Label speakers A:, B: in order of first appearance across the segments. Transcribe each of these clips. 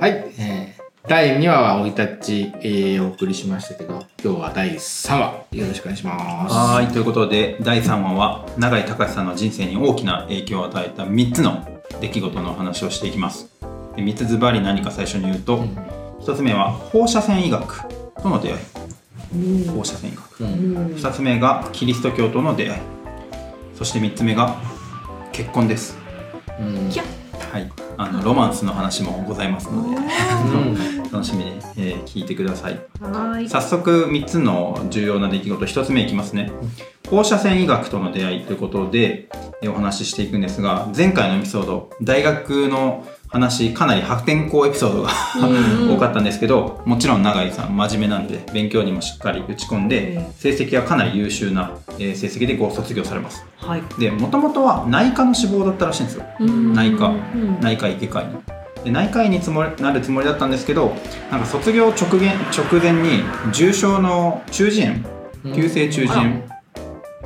A: はい、えー、第2話は生い立ち、えーお送りしましたけど、今日は第3話、よろしくお願いします。
B: はいということで第3話は永井隆さんの人生に大きな影響を与えた3つの出来事のお話をしていきますで3つズバリ何か最初に言うと、1つ目は放射線医学との出会い放射線医学、2つ目がキリスト教との出会いそして3つ目が結婚です
A: うん
C: キャッ
B: はいあのロマンスの話もございますので楽しみに、えー聞いてください
C: はーい
B: 早速3つの重要な出来事1つ目いきますね放射線医学との出会いということでえーお話ししていくんですが前回のエピソード大学の話かなり破天荒エピソードが 多かったんですけどもちろん永井さん真面目なんで勉強にもしっかり打ち込んで成績はかなり優秀なえー成績でご卒業されます
C: はい
B: でもともとは内科の志望だったらしいんですよ内科
C: うん
B: 内科医外科医で内科医につもりなるつもりだったんですけどなんか卒業直前直前に重症の中耳
A: うん
B: 炎急性中
C: あ
B: 耳炎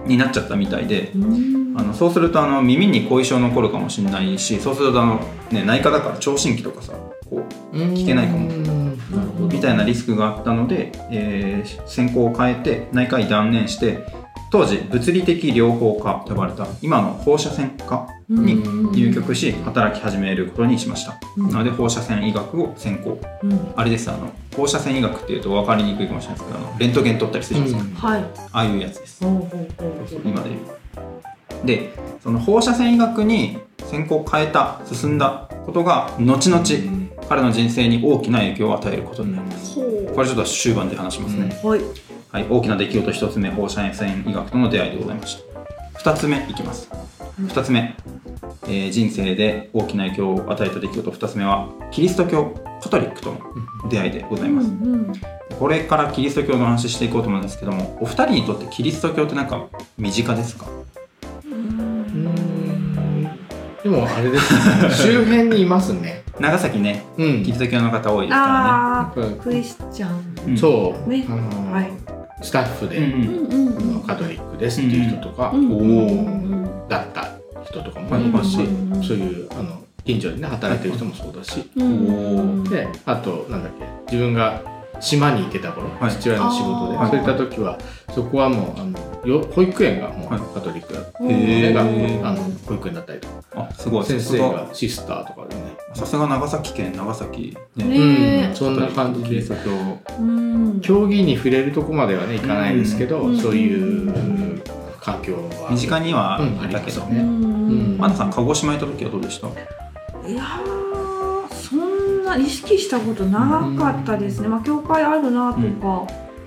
B: になっちゃったみたいで
C: うん
B: あのそうするとあの耳に後遺症残るかもしれないしそうするとあの、ね、内科だから聴診器とかさこう聞けないかも
A: うんなるほど。
B: みたいなリスクがあったので、えー専攻を変えて内科医断念して当時物理的療法科と呼ばれた今の放射線科に入局し働き始めることにしました、
C: うん
B: なので放射線医学を専攻
C: うん
B: あれですあの放射線医学っていうと分かりにくいかもしれないですけどあのレントゲン撮ったりするじゃないですか、
C: はい
B: ああいうやつです
C: ほうほうほうほう
B: 今で言うでその放射線医学に専攻を変えた進んだことが後々彼の人生に大きな影響を与えることになります
C: ほう
B: これちょっと終盤で話しますね、
C: はい
B: はい、大きな出来事1つ目放射線医学との出会いでございました2つ目いきます2つ目、えー人生で大きな影響を与えた出来事2つ目はキリスト教カトリックとの出会いでございます、
C: うん
B: これからキリスト教の話していこうと思うんですけどもお二人にとってキリスト教ってなんか身近ですか
C: うん
A: うんでもあれです ね、周辺にいますね。
B: 長崎ね
A: う
B: キリ
A: ん。
B: スト教の方多いですか
C: あ
A: やっ
C: ー
A: ぱ
C: クリスチャン
B: らね、
A: そう、
C: ね
A: あの
C: はい
A: スタッフで、
B: うんうん
C: うん
A: あのカトリックですっていう人とか、
C: うん
A: おおだった人とかも
B: うん
A: いますし、
C: うん
A: そういうあの近所でね働いてる人もそうだし、
C: うん
A: であとなんだっけ自分が島に行ってた頃、
B: はい
A: 父親の仕事で、
B: あー
A: そういった時はそこはもうあのよ保育園がも
B: はいう
A: カトリックだった、
C: へ
B: ー
A: 俺が
B: へー
A: あの保育園だったりとか
B: あすごい
A: 先生がシスターとかでね
B: さすが長崎県長崎
C: ねへー
A: うん、そんな感じ
B: キリ
A: で
B: スト教
C: うん
A: 競技に触れるとこまではねいかないですけど、
C: うん
A: そういうう環境は
B: 身近には
A: うんあ
B: い
A: り
B: た
A: ま
B: け
A: す
B: ど、
A: よ
C: う
A: ね、
C: ん
B: マナさん鹿児島行った時はどうでした
C: いやーそんな意識したことなかったですね、まあ教会あるなとか、
B: うん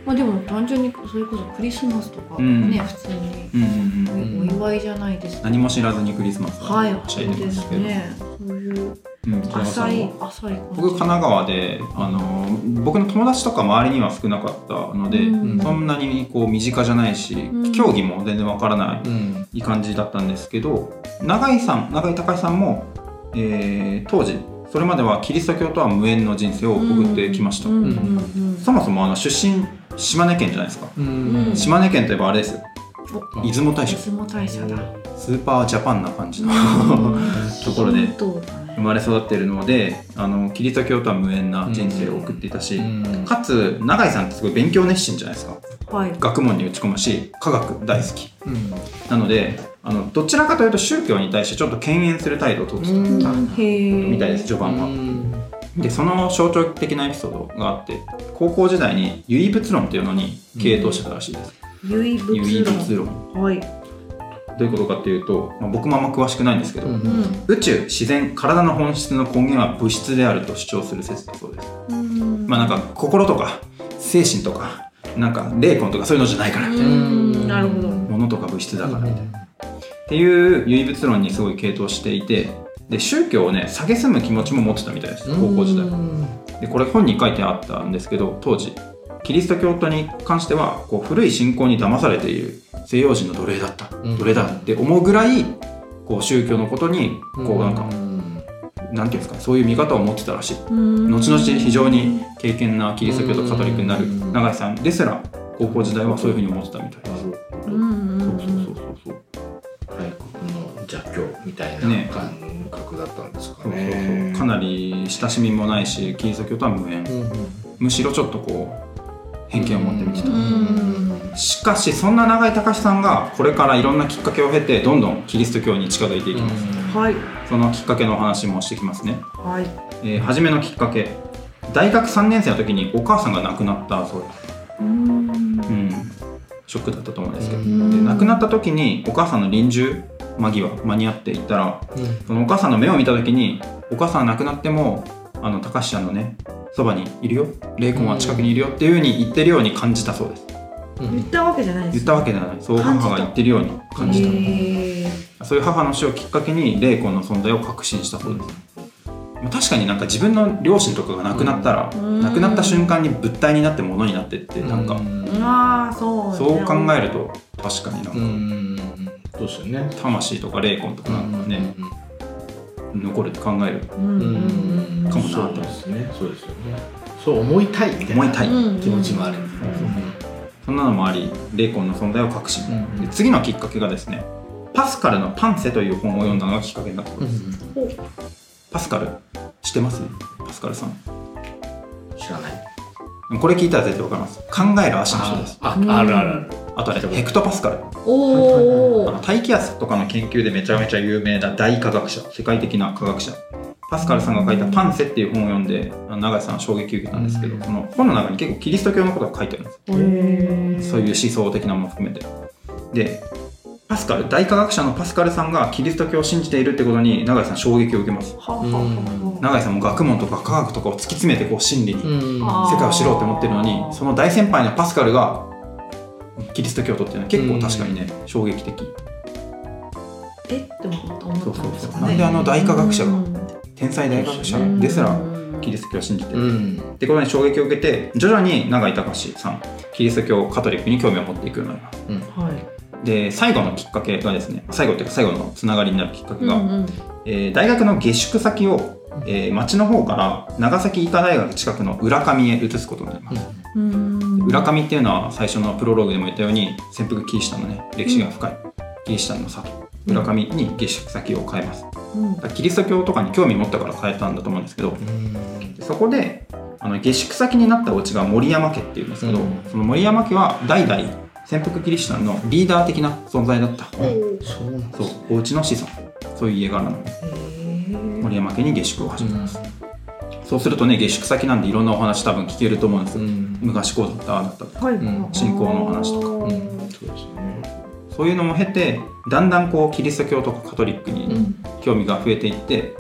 C: まあでも単純にそれこそクリスマスとかね、
B: うん
C: 普通に
B: うんうんうん
A: ん
C: お祝いじゃないですか、
B: 何も知らずにクリスマス
C: はい
B: はしゃいで
C: で
B: ますしたけど、
C: ねそういう
B: うん北川さん
C: 浅い
B: は
C: 浅い感じ
B: 僕神奈川であの僕の友達とか周りには少なかったので、
C: うん
B: そんなにこう身近じゃないし、
C: ん
B: 競技も全然わからない、
A: うん
B: いい感じだったんですけど永井さん永井隆さんも、えー当時それまではキリスト教とは無縁の人生を送ってきました、
C: うんうんうん
B: そもそもあの出身島根県じゃないですか
A: うん
C: うん
B: 島根県といえばあれですよ
C: お
B: 出雲大社
C: 出雲大社だ
B: スーパージャパンな感じの ところで
C: 本当だね
B: 生まれ育っているのであのキリスト教とは無縁な人生を送っていたし、
A: うん
B: かつ永井さんってすごい勉強熱心じゃないですか
C: はい
B: 学問に打ち込むし科学大好き
A: うん
B: なのであのどちらかというと宗教に対してちょっと敬遠する態度をとってた
A: うん
C: へえ
B: みたいです序盤は、でその象徴的なエピソードがあって高校時代に唯物論っていうのに傾倒してたらしいです、
C: 唯物論
B: 唯物論
C: はい
B: どういうことかっていうと、まあ、僕もあんま詳しくないんですけど、
A: うん
B: 宇宙自然体の本質の根源は物質であると主張する説だそうです
C: うん
B: まあなんか心とか精神とかなんか霊魂とかそういうのじゃないからみたいな
C: うんなるほど
B: 物とか物質だからみたいな、
A: いな
B: っていう唯物論にすごい傾倒していてで宗教をね蔑む気持ちも持ってたみたいです高校時代でこれ本に書いてあったんですけど当時キリスト教徒に関してはこう古い信仰に騙されている西洋人の奴隷だった、
A: ん
B: 奴隷だって思うぐらいこう宗教のことにこうなんか、なんていうんですかねそういう見方を持ってたらしい
C: うん
B: 後々非常に敬虔なキリスト教徒カトリックになる
A: うん
B: 永井さんですら高校時代はそういうふうに思ってたみたいです
A: なるほ
C: う
A: ど
C: んうんうん
B: そうそうそうそう
A: 外国の邪教みみたいな
B: ね
A: 感覚だったんですか
B: そうそうそう
A: ね。
B: かなり親しみもないしキリスト教とは無縁、
A: うんうん
B: むしろちょっとこう偏見を持って見てた、
A: うん
B: しかしそんな永井隆さんがこれからいろんなきっかけを経てどんどんキリスト教に近づいていきます、
C: はい
B: そのきっかけのお話もしてきますね、
C: はい
B: えー初めのきっかけ大学3年生の時にお母さんが亡くなったそうです
C: うーん
B: うん、ショックだったと思うんですけど、
A: う
B: で
C: ん
B: 亡くなった時にお母さんの臨終間際間に合って行ったら
A: うん
B: そのお母さんの目を見た時にお母さんは亡くなってもあの高橋ちゃんのねそばにいるよ霊魂は近くにいるよっていうふうに言ってるように感じたそうです
A: うん
C: 言ったわけじゃないで
B: 言っ
C: す
B: たわけではないそう
C: 感じ
B: 母
C: た
B: が言ってるように感じ
C: へ
B: た
C: ー
B: そういう母の死をきっかけに霊魂の存在を確信したそうですまあ確かになんか自分の両親とかが亡くなったら
C: うん
B: 亡くなった瞬間に物体になって物になってってなんか
C: ああそうね
B: そう考えると確かになん
A: うんそ
B: か
A: うですよね。
B: 魂とか霊魂とかなんかね、残るって考える
C: うんうんうん
B: かもな
A: そうですね。そうですよね。そう思いたいみたいな
B: 思いたい
C: うん
A: 気持ちもある。うん
B: そんなのもあり霊魂の存在を確信、
A: うん
B: で次のきっかけがですねパスカルの「パンセ」という本を読んだのがきっかけになってくる、パスカル知ってますパスカルさん
A: 知らない。
B: これ聞いたら絶対わかります考える足の人です
A: あ
C: うん
A: ああるあるある。
B: あとあれヘクトパスカルあ
C: おお
B: の大気圧とかの研究でめちゃめちゃ有名な大科学者世界的な科学者パスカルさんが書いた「パンセ」っていう本を読んであの永井さんは衝撃を受けたんですけど、
A: うん
B: その本の中に結構キリスト教のことが書いてあるんですそういう思想的なものも含めて。で、パスカル、大科学者のパスカルさんがキリスト教を信じているってことに、永井さん衝撃を受けます。
C: はは
A: うん
C: は
B: 永井さんも学問とか科学とかを突き詰めて、こう、真理に、世
A: ん
C: あ
B: 界を知ろうって思ってるのに、その大先輩のパスカルが、キリスト教徒っていうのは結構確かにね、衝撃的。
C: えって思ったんです
B: そうそうそ
C: か
B: う
C: ね
B: なんであの大科学者が
C: うん
B: 天才大学者
A: うん
B: ですら、キリスト教を信じて
A: う
B: る。
A: ん
B: ってことに衝撃を受けて、徐々に永井隆さん、キリスト教カトリックに興味を持っていくようになります。
C: はい
B: で最後のきっかけがですね最後というか最後のつながりになるきっかけが、
C: うんうん
B: えー大学の下宿先を、えー町の方から長崎医科大学近くの浦上へ移すことになります、
C: うん
B: 浦上っていうのは最初のプロローグでも言ったように潜伏キリシタンのね歴史が深い、キリシタンの里
A: うん
B: 浦上に下宿先を変えますだか
C: うん
B: らキリスト教とかに興味持ったから変えたんだと思うんですけど
A: うん
B: そこであの下宿先になったお家が森山家っていうんですけど、
A: うん
B: その森山家は代々潜伏キリシタンのリーダー的な存在だった、
A: そうなんで
B: そう
A: すね。
B: お家の子孫そういう家柄なので
C: へ
B: 森山家に下宿を始めます、そうするとね下宿先なんでいろんなお話多分聞けると思うんです
A: う
B: よ、
A: ん
B: 昔こうだったああだったと
C: ー
B: か
C: はい
A: うん
B: 信仰の話とか
A: う
C: うん
A: んそうですね。
B: そういうのも経てだんだんこうキリスト教とかカトリック
A: う
B: に
A: ん
B: 興味が増えていって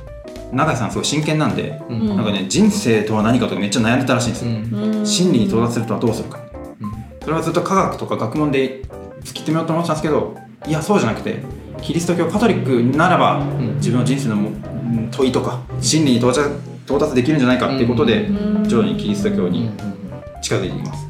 B: 永井さんすごい真剣なんで、
A: う
C: うん
A: ん
B: なんかね人生とは何かとかめっちゃ悩んでたらしいんです
A: う
B: よ、
A: ん
C: うん
B: 真理に到達するとはどうするか
A: うん
B: それはずっと科学とか学問で突き詰めようと思ってたんですけどいやそうじゃなくてキリスト教カトリックならば、
A: ん
B: 自分の人生のもうん問いとか真理に到着到達できるんじゃないかっていうことで、
C: うん
B: 徐々にキリスト教
A: う
B: に
A: ん
B: 近づいていきます、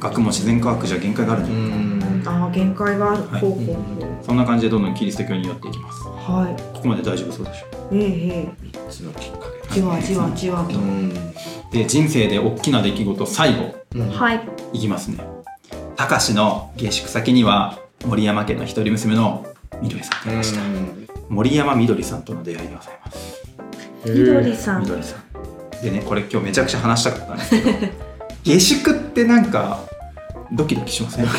B: 学問自然科学じゃ限界があるん
A: う
B: で、
A: ん
C: ああ限界がある
B: はい
C: ほうほうほう
B: そんな感じでどんどんキリスト教に寄っていきますこ
C: は
B: こまで大丈夫そうでしょ
C: いえええ
A: 三つのきっか
C: えじわじわじわ
A: け。
C: と
A: ん
B: うで人生で大きな出来事最後
A: うん
C: はい
B: いきますねたかしの下宿先には森山家の一人娘のみどりさんがいました、森山みどりさんとの出会いでございます
C: みどりさん
B: みどりさんでねこれ今日めちゃくちゃ話したかったんですけど 下宿ってなんかドキドキし ませんこ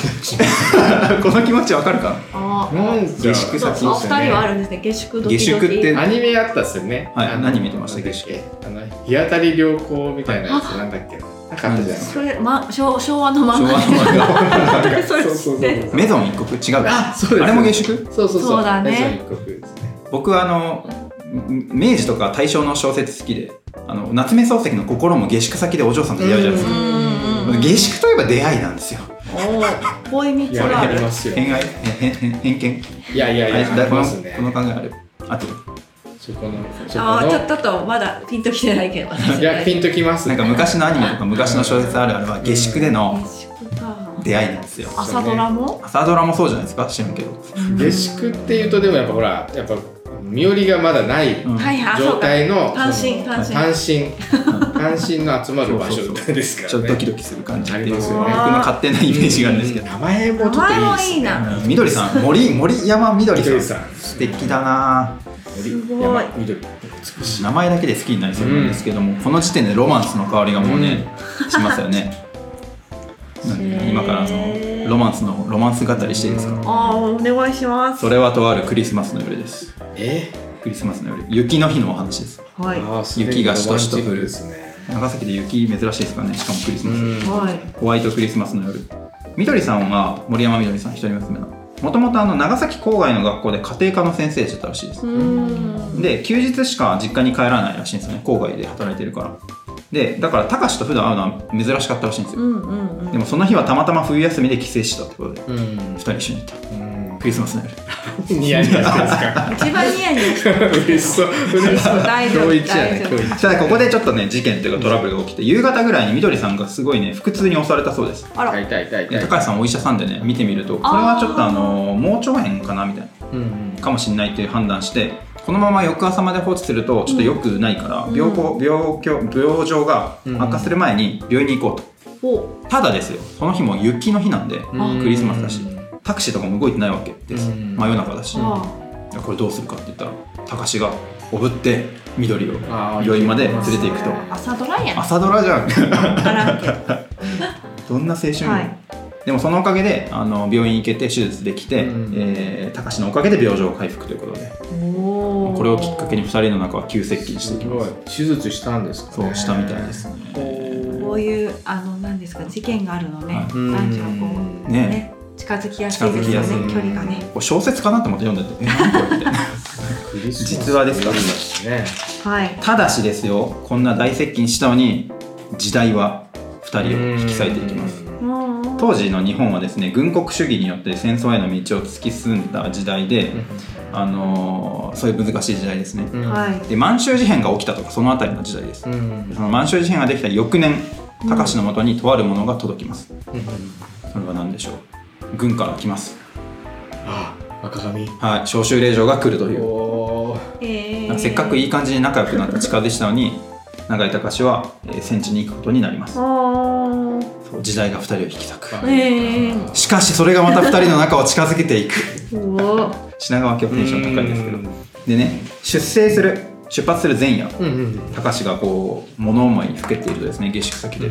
B: の気持ちわかるか
C: あ
A: な
C: ー
A: んか
B: 下宿
C: そう
B: 先
C: そう
B: で
C: お二人はあるんですね下宿ドキドキ
B: 下宿って
A: アニメあったっすよね。
B: はい
A: あの
B: 何見てました
A: なんだっけあの日当たり良好みたいなやつなんだっけなかったじゃない。
C: それ、ま、昭昭和の漫
B: 昭和の漫
C: 画
B: 画
C: で それ
A: そう
C: 知
A: そうそう
C: ってる
B: メゾン一国違う
A: あ、そうです。
B: あれも下宿
A: そうそうそう。
C: そうだね
A: メゾン一国ですね。
B: 僕はあの明治とか大正の小説好きであの夏目漱石の心も下宿先でお嬢さんと出会うじゃないです
C: う
B: か
C: んうんうん
B: 下宿といえば出会いなんですよ
C: おー恋
A: い
C: 蜜
A: や
C: があ
A: あり
C: る
A: ますよ。
B: 偏愛偏偏偏見
A: いやいやいや、あ
B: だ
A: り
B: こ
A: ま
B: の
A: すね
B: こ。の考えあるあと
A: そこの、そこ
C: あーちょ
A: の。
C: ちょっとまだピンときてないけど
A: いや、ピンときます
B: なん
A: ね。
B: か昔のアニメとか昔の小説あるあるは下宿での
C: 下宿か
B: 出会いなんですよ
C: 朝ドラも
B: 朝ドラもそうじゃないですか知らんけど
A: 下宿っていうと、でもやっぱほら、やっぱ身寄りがまだない
B: うん
C: はいはいあそう
A: 状
C: か
A: 態の
C: 単身
A: その
C: 単身
A: 単身関心の集まる場所みたいですから
B: ちょっ
A: ね
B: とドキドキする感じってい
A: あ
B: う
A: ります
B: 僕
A: よ
B: の
C: ね
B: 勝手なイメージがあるんですけど
A: 名前もちょっと
C: 前も
A: い
C: い
A: い
C: い
A: ですね
C: な。
B: みどりさん森森山みどり
A: 緑
B: さん
A: さん
B: 素敵だな
A: す
C: ごい
A: 緑
B: 名前だけで好きになりそうなんですけども、この時点でロマンスの香りがもうね、しますよねなんで今からあのロマンスのロマンス語りしていいですか
C: ああ、お願いします。
B: それはとあるクリスマスの夜です
A: え
B: クリスマスの夜雪の日のお話です
C: はい。
A: あーすごい
B: 雪がしとしと降
A: ロマンチック
B: る
A: ですね
B: 長崎で雪珍しいですからねしかもクリスマス、
C: はい。
B: ホワイトクリスマスの夜みどりさんは森山みどりさん一人娘のもともとあの長崎郊外の学校で家庭科の先生してたらしいです
C: うーん。
B: で休日しか実家に帰らないらしいんですよね郊外で働いてるからでだからたかしと普段会うのは珍しかったらしいんです
C: う
B: よ、
C: んうんうん。
B: でもその日はたまたま冬休みで帰省してたってことで
A: うんうん
B: 2人一緒に行った
A: うん
B: クリスマスの夜
A: ニヤニヤして
C: 一番ニヤニヤしてる。
A: るんですか 嬉しそう嬉しそう
C: 大丈夫
A: 今日一やね
C: 大丈
A: 今
C: 夫
A: 日一
B: ただここでちょっとね事件というかトラブルが起きて夕方ぐらいにみどりさんがすごいね腹痛に襲われたそうです
C: あ
A: 痛
C: ら。
A: い痛い痛い
B: で
A: 痛い
B: 高橋さんお医者さんでね見てみるとこれはちょっとあの盲腸炎かなみたいな
A: うんうん
B: かもしれないっていう判断してこのまま翌朝まで放置するとちょっと良くないから、
C: うん
B: 病候病気病状が悪化する前に病院に行こうと、
C: お。
B: ただですよその日も雪の日なんで
A: うん
B: クリスマスだしタクシーとかも動いてないわけです、
A: うん
B: 真夜中だし、
C: あ
B: いやこれどうするかって言ったらたかしがおぶって緑を
A: あー
B: 病院まで
A: う
B: 連
A: ん
C: あ。
B: れていくと
C: 朝ドラやん。わ
B: 朝ドラじゃん
C: からんけど。
B: どんな青春よ、
C: はい
B: でもそのおかげであの病院行けて手術できて
A: うん
B: えーたかしのおかげで病状回復ということで
C: お お。
B: これをきっかけに2人の中は急接近してい
A: す
B: き
A: ご
B: ま
A: い
B: す
A: 手術したんですか
B: そうしたみたいですすね
C: こういうあの何ですか事件があるのね、
B: はい
C: 男女はこう
B: ね
C: ね近づきやすいで
B: 近づ
C: す
B: きや
C: よ
B: す
C: ね
A: い
C: 距離がね。
B: これ小説かなと思って読んでてえ なんこれみたいな
A: クリスマス
B: 実話ですか
A: ね
C: はい。
B: ただしですよこんな大接近したのに時代は2人を引き裂いていきます
C: うんうん
B: 当時の日本はですね軍国主義によって戦争への道を突き進んだ時代で、あのーそういう難しい時代ですね、
C: はいい。
B: で満州事変が起きたとかその辺りの時代です、その満州事変ができた翌年高志のもとにとあるものが届きます、それは何でしょう軍から来ます
A: あ赤髪
B: はい召集令状が来るという
A: おー
C: え
B: なんかせっかくいい
C: い。
B: 感じに仲良くなった近でしたのに永井隆は、えー戦地に行くことになります
C: あ
B: そう時代が2人を引き裂く
A: あ
C: ええ
B: しかしそれがまた2人の仲を近づけていく
C: あ。おお。
B: 品川家はテンション高いですけど
A: うん
B: でね出征する出発する前夜
A: うんうん
B: 高志がこう物思いにふけているとですね下宿先で、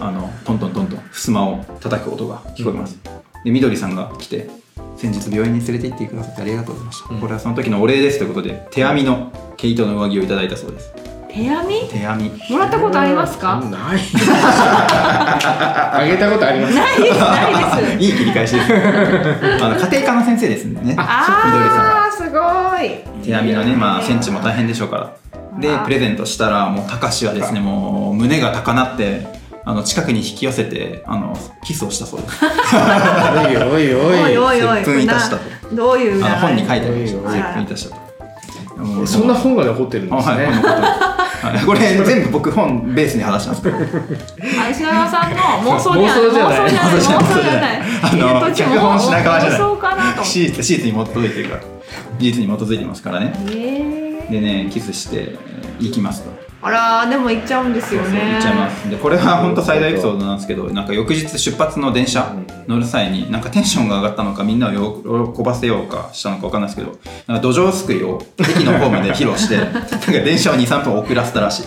B: あのトントントントン襖を叩く音が聞こえます、でみどりさんが来て「先日病院に連れて行ってくださってありがとうございました、
A: うん
B: これはその時のお礼です」ということで手編みの毛糸の上着をいただいたそうです
C: 手編み？
B: 手編み
C: もらったことありますか？
A: ないあげたことあります
C: ないです ないです。
B: いい切り返しですあの家庭科の先生ですんでね
C: ああすご
B: みどりさん手編みのねまあ戦地も大変でしょうからで
C: あー
B: プレゼントしたらもうたかしはですねもう胸が高鳴ってあの近くに引き寄せてあのキスをしたそうです
A: おいおいお
C: い。
A: い
C: おいおい
B: 接吻いたしたと
C: などういう
B: あの本に書
C: い
B: いてありまし
A: うん
B: た。接吻いたしたと。もう
A: そんな本が残ってるん
B: あ
A: です
B: はい、
A: ね
B: 本のことはいこれ全部僕本ベースに話したんですけど
C: あ石川さんの妄想じゃ
A: 妄想じゃない
C: ない妄想じゃない妄想じゃ
B: 妄想じゃ
C: ない
B: ないあの
C: いや途中
B: 脚本品川じゃない
C: 妄想かなと思って
B: 史実史実に基づいてるから事実に基づいてますからね
C: ええ
B: でねキスして行きますと
C: あらーでも行っちゃうんですよ
B: そうそう
C: ね
B: 行っちゃいますでこれは本当最大エピソードなんですけどなんか翌日出発の電車乗る際になんかテンションが上がったのかみんなをよ 喜ばせようかしたのか分かんないですけどなんか土壌すくいを駅のホームで披露して なんか電車を23分遅らせたらしい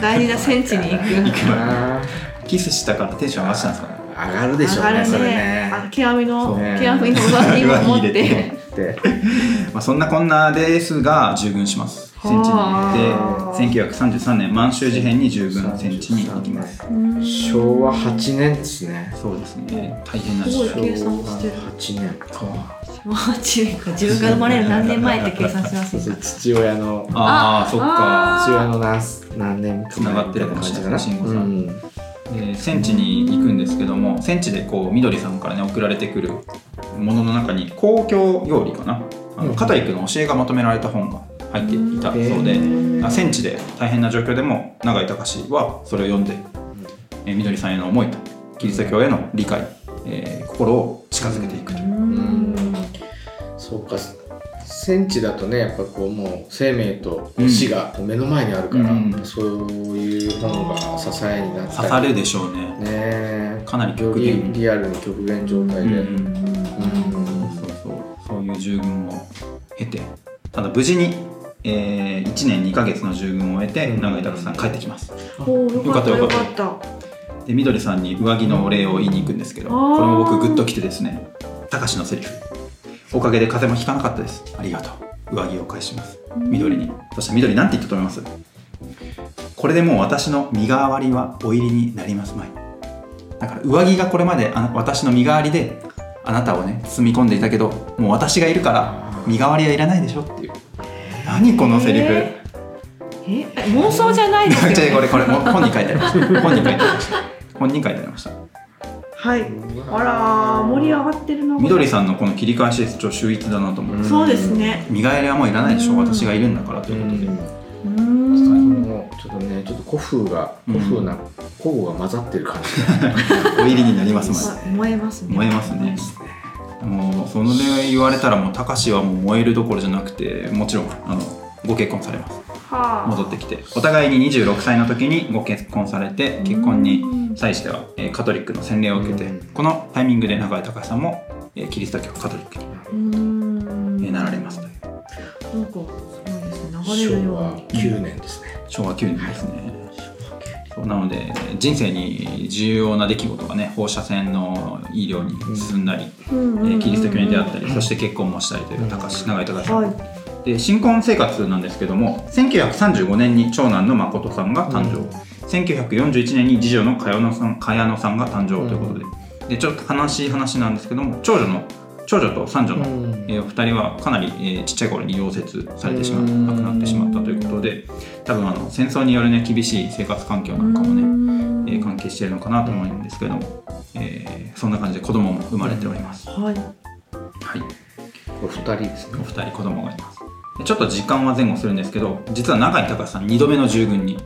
C: 大事な戦地に行く
A: あ
B: キスしたからテンション上がってたんですかね
A: ー上がるでしょう
C: あれ
A: ねそれ
C: あ
A: ね
C: 毛網の
A: そうね
C: 毛網の上着今持っ
B: 上着入れ
C: て
A: で
B: まあ、そんなこんなですが従軍します戦地に行
C: は
B: っ
C: あ
B: て1933年満州事変に従軍戦地に行きます
C: うん
A: 昭和八年ですね
B: そうですね大変な時
C: すご
B: 代
C: い計算してる
A: 昭和八年か
C: もう8年か自分が生まれる何年前って計算します
A: そし
C: よ
A: て父親の
B: ああそっか
C: あー
A: 父親の何す何年か
B: つながってるかもしれない慎吾さ、
A: うんん
B: で戦地に行くんですけども戦地でこうみどりさんからね送られてくるものの中に公共料理かなあ
A: う
B: の
A: ん
B: 片井君の教えがまとめられた本が入っていたそうで、あ戦地で大変な状況でも永井隆はそれを読んで、えーみどりさんへの思いとキリスト教への理解、えー心を近づけていくという
C: うん
A: そうか戦地だとねやっぱこうもう生命と死が目の前にあるから、
B: うん
A: そういう本が支えになった
B: 刺さ
A: り
B: るでしょうね。
A: ね
B: かなり
A: よ
B: 極
A: り
B: 限。
A: リアルに極限状態で、
B: うん
A: うん
B: そうそうそういう従軍を経てただ無事に、え1年2ヶ月の従軍を終えて
A: うん
B: 永井拓さん帰ってきます
C: おおよかった
B: よか
C: よ
B: った
C: かった
B: でみどりさんに上着のお礼を言いに行くんですけど
C: あ
B: これ
C: ー
B: も僕グッときてですねたかしのセリフおかげで風邪もひかなかったですありがとう上着を返します緑にそして緑なんて言ったと思いますこれでもう私の身代わりはお入りになりますまいだから上着がこれまであな私の身代わりであなたをね包み込んでいたけどもう私がいるから身代わりはいらないでしょっていう何このセリフ、
C: えーえ妄想じゃないですよ、
B: じゃ
C: ね、
B: あこれこれもう本に書いてありました本に書いてありました本に書いてありました
C: はいあらー盛り上がってるな
B: みどりさんのこの切り返しです超秀逸だなと思う、
A: うん
C: そうですね
B: 見返りはもういらないでしょ、
C: うん
B: 私がいるんだからと
A: う
B: いうことで、
A: ん
C: うー
A: そ
C: ん
A: のちょっとねちょっと古風が
B: うん
A: 古風な古語が混ざってる感じ
B: お入りになりますまで
C: 燃えますね
B: 燃えますねもうそので言われたらもうたかしはもう燃えるどころじゃなくてもちろんあのご結婚されます
C: はあ
B: 戻ってきてお互いに26歳の時にご結婚されて結婚に際しては、えーカトリックの洗礼を受けて、
A: うん
B: このタイミングで永井隆さんも、えーキリスト教カトリックに、
C: うーん
B: えーなられますという
C: なんかすごいですね流れる
A: 昭
C: よう
A: 和
C: に
A: 9年ですね、
B: 昭和9年ですね、そうなので人生に重要な出来事がね放射線の医療に進んだり、
C: うんうんうん
B: えーキリスト教に出会ったり、
A: うん
B: そして結婚もしたりといううん高橋永井隆さん、
C: は
B: で新婚生活なんですけども1935年に長男の誠さんが誕生、
A: うん
B: 1941年に次女の茅野さん茅野さんが誕生ということで,、でちょっと悲しい話なんですけども長女の長女と三女の、
A: うん
B: えーお二人はかなり、えーちっちゃい頃に溶接されてしまった亡くなってしまったということで多分あの戦争によるね厳しい生活環境
C: い
B: なんかもね、
C: ね
B: えー関係しているのかなと思うんですけども、えーそんな感じで子供も生まれております、
C: は
B: は
C: い
B: い
A: これ2人です
B: お
A: ね
B: 二人子供がいますでちょっと時間は前後するんですけど実は永井隆さん2度目の従軍に、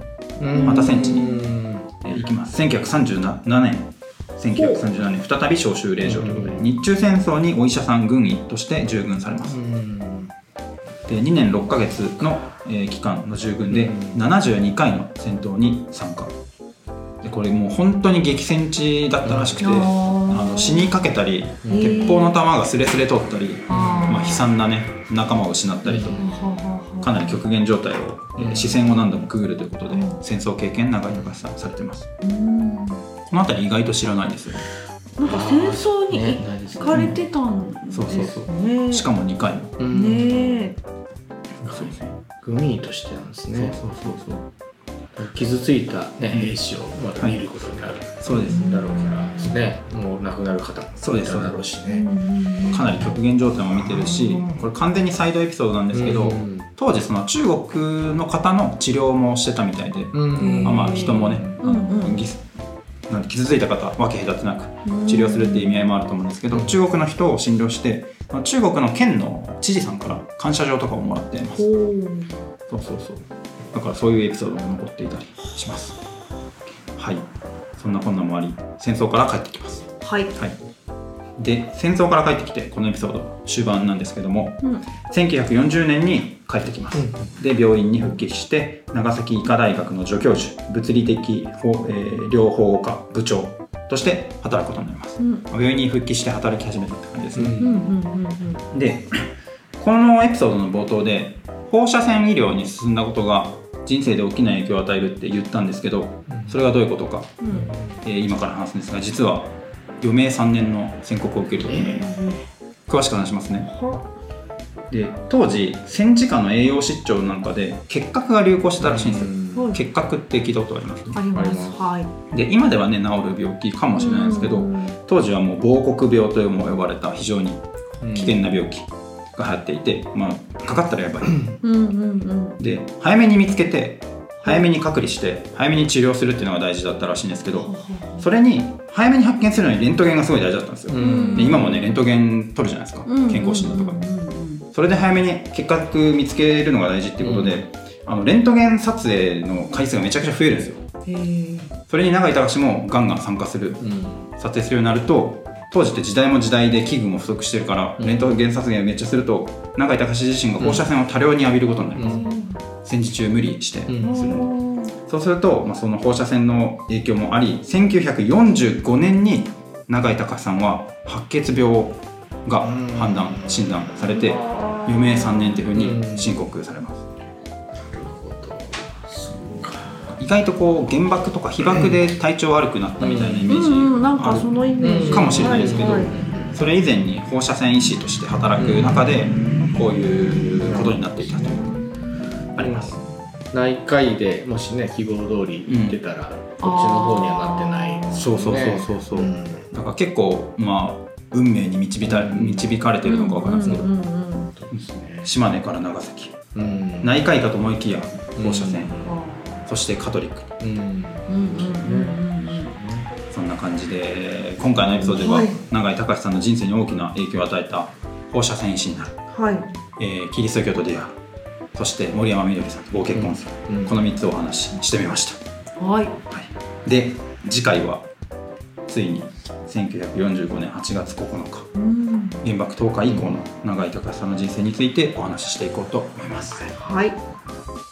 B: また戦地に
A: うん
B: えー行きます1937年1937年再び召集令状ということで
A: うん
B: 日中戦争にお医者さん軍医として従軍されます
A: うん
B: で2年6ヶ月の、えー期間の従軍で
A: うん
B: 72回の戦闘に参加でこれもう本当に激戦地だったらしくて、
C: あ
B: あ
C: ー
B: の死にかけたり
A: うん
C: へー
B: 鉄砲の弾がすれすれ通ったり、
C: あー
B: まあ、悲惨なね仲間を失ったりと
A: う
C: はははは
B: かなり極限状態を、えー視線を何度もくぐるということで
C: うん
B: 戦争経験長井隆さんされてます
C: うんなん
B: この辺り意外と知らないですよね
C: か戦争に
A: ねないです
C: 行
A: ね
C: かれてたんです
B: そうそうそう
C: ね
B: しかも2回も
A: うん
C: ねえ
B: そうそう
A: グミとしてなんですね
B: そうそうそう
A: 傷ついた、ね、兵士をまた見ることになる
B: そうです
A: だろうからですね、もう亡くなる方も
B: そうです
A: いただろうし
C: うん
A: ね
C: うんうん
B: かなり極限状態も見てるし
C: うん
B: これ完全にサイドエピソードなんですけど、
A: うん
B: 当時その中国の方の治療もしてたみたいで、
A: うん
B: まあまあ
C: うん
B: 人もね、あの
C: うんうん
B: ぎなんて傷ついた方は分け隔てなく
C: うん
B: 治療するっていう意味合いもあると思うんですけど、中国の人を診療してまあ中国の県の知事さんから感謝状とかをもらっています
C: ほう
B: そうそうそうだからそういうエピソードも残っていたりしますはいそんなこんなもあり戦争から帰ってきます
C: はい
B: はいで戦争から帰ってきてこのエピソード終盤なんですけども
C: うん
B: 1940年に帰ってきます、で病院に復帰して長崎医科大学の助教授物理的法、えー療法科部長として働くことになります
C: うん
B: 病院に復帰して働き始めたって感じです
A: う
B: ね、
C: うんうんんうんうん
B: でこのエピソードの冒頭で放射線医療に進んだことが人生で大きな影響を与えるって言ったんですけどそれがどういうことか、
C: うん
B: えー今から話すんですが実は余命3年の宣告を受けることになります詳しく話しますね
C: は
B: で当時戦時下の栄養失調なんかで結核が流行してたらしいんですよ、
A: うん
C: はい
B: 結核って聞いたことあります
C: ありま
A: あり
C: す
A: ます
C: はい
B: で今ではね治る病気かもしれないですけど、
C: うん
B: 当時はもう亡国病というも呼ばれた非常に
A: うん
B: 危険な病気が流行っていて、まあ、かかったらやばい
C: うんうんうん
B: で早めに見つけて早めに隔離して早めに治療するっていうのが大事だったらしいんですけどそれに早めに発見するのにレントゲンがすごい大事だったんですよ、
A: うん
B: で今もねレントゲン取るじゃないですか、健康診断とかそれで早めに結核見つけるのが大事っていうことで、あのレントゲン撮影の回数がめちゃくちゃ増えるんですよ
C: へえ
B: それに永井隆もガンガン参加する
A: うん
B: 撮影するようになると当時って時代も時代で器具も不足してるから、
A: うん
B: レントゲン撮影をめっちゃすると永井隆自身が放射線を多量に浴びることになります、
A: うん
B: 戦時中無理して、
A: うん
C: お
B: する
C: ー
B: そうすると、まあ、その放射線の影響もあり1945年に永井隆さんは白血病が判断
A: うん
B: 診断されて余命3年というふう
A: う
B: に
A: ん
B: 申告されます
A: そうか
B: 意外とこう原爆とか被爆で体調悪くなったみたいなイメージ
C: うんうん、なん
B: あ
C: か
B: る
C: そのイメージ
A: か
B: もしれないですけど
C: はは
B: それ以前に放射線医師として働く中でこういうことになっていたとあります
A: 内科医でもしね希望通り行ってたら、こっちの方にはなってないです
B: そ
A: よ
B: う
A: ね、
B: そうそうそうそう、
A: ん
B: だから結構まあ運命に導いた導かれてるのかわからないですけど、
C: うんうんうん
A: そうですね
B: 島根から長崎
A: うん
B: 内科医かと思いきや放射線、
C: あ
B: そしてカトリック
A: うんうん
C: ーうんうんうんうん
B: そんな感じで今回のエピソードでは、
C: はい
B: 永井隆さんの人生に大きな影響を与えた放射線医師になる、
C: はい
B: えーキリスト教と出会うそして森山みどりさんとご結婚する、
A: うん
B: この3つをお話ししてみました
C: はい
B: はい、で次回はついに1945年8月9日
C: うん
B: 原爆投下以降の永井隆さんの人生についてお話ししていこうと思います。
C: はい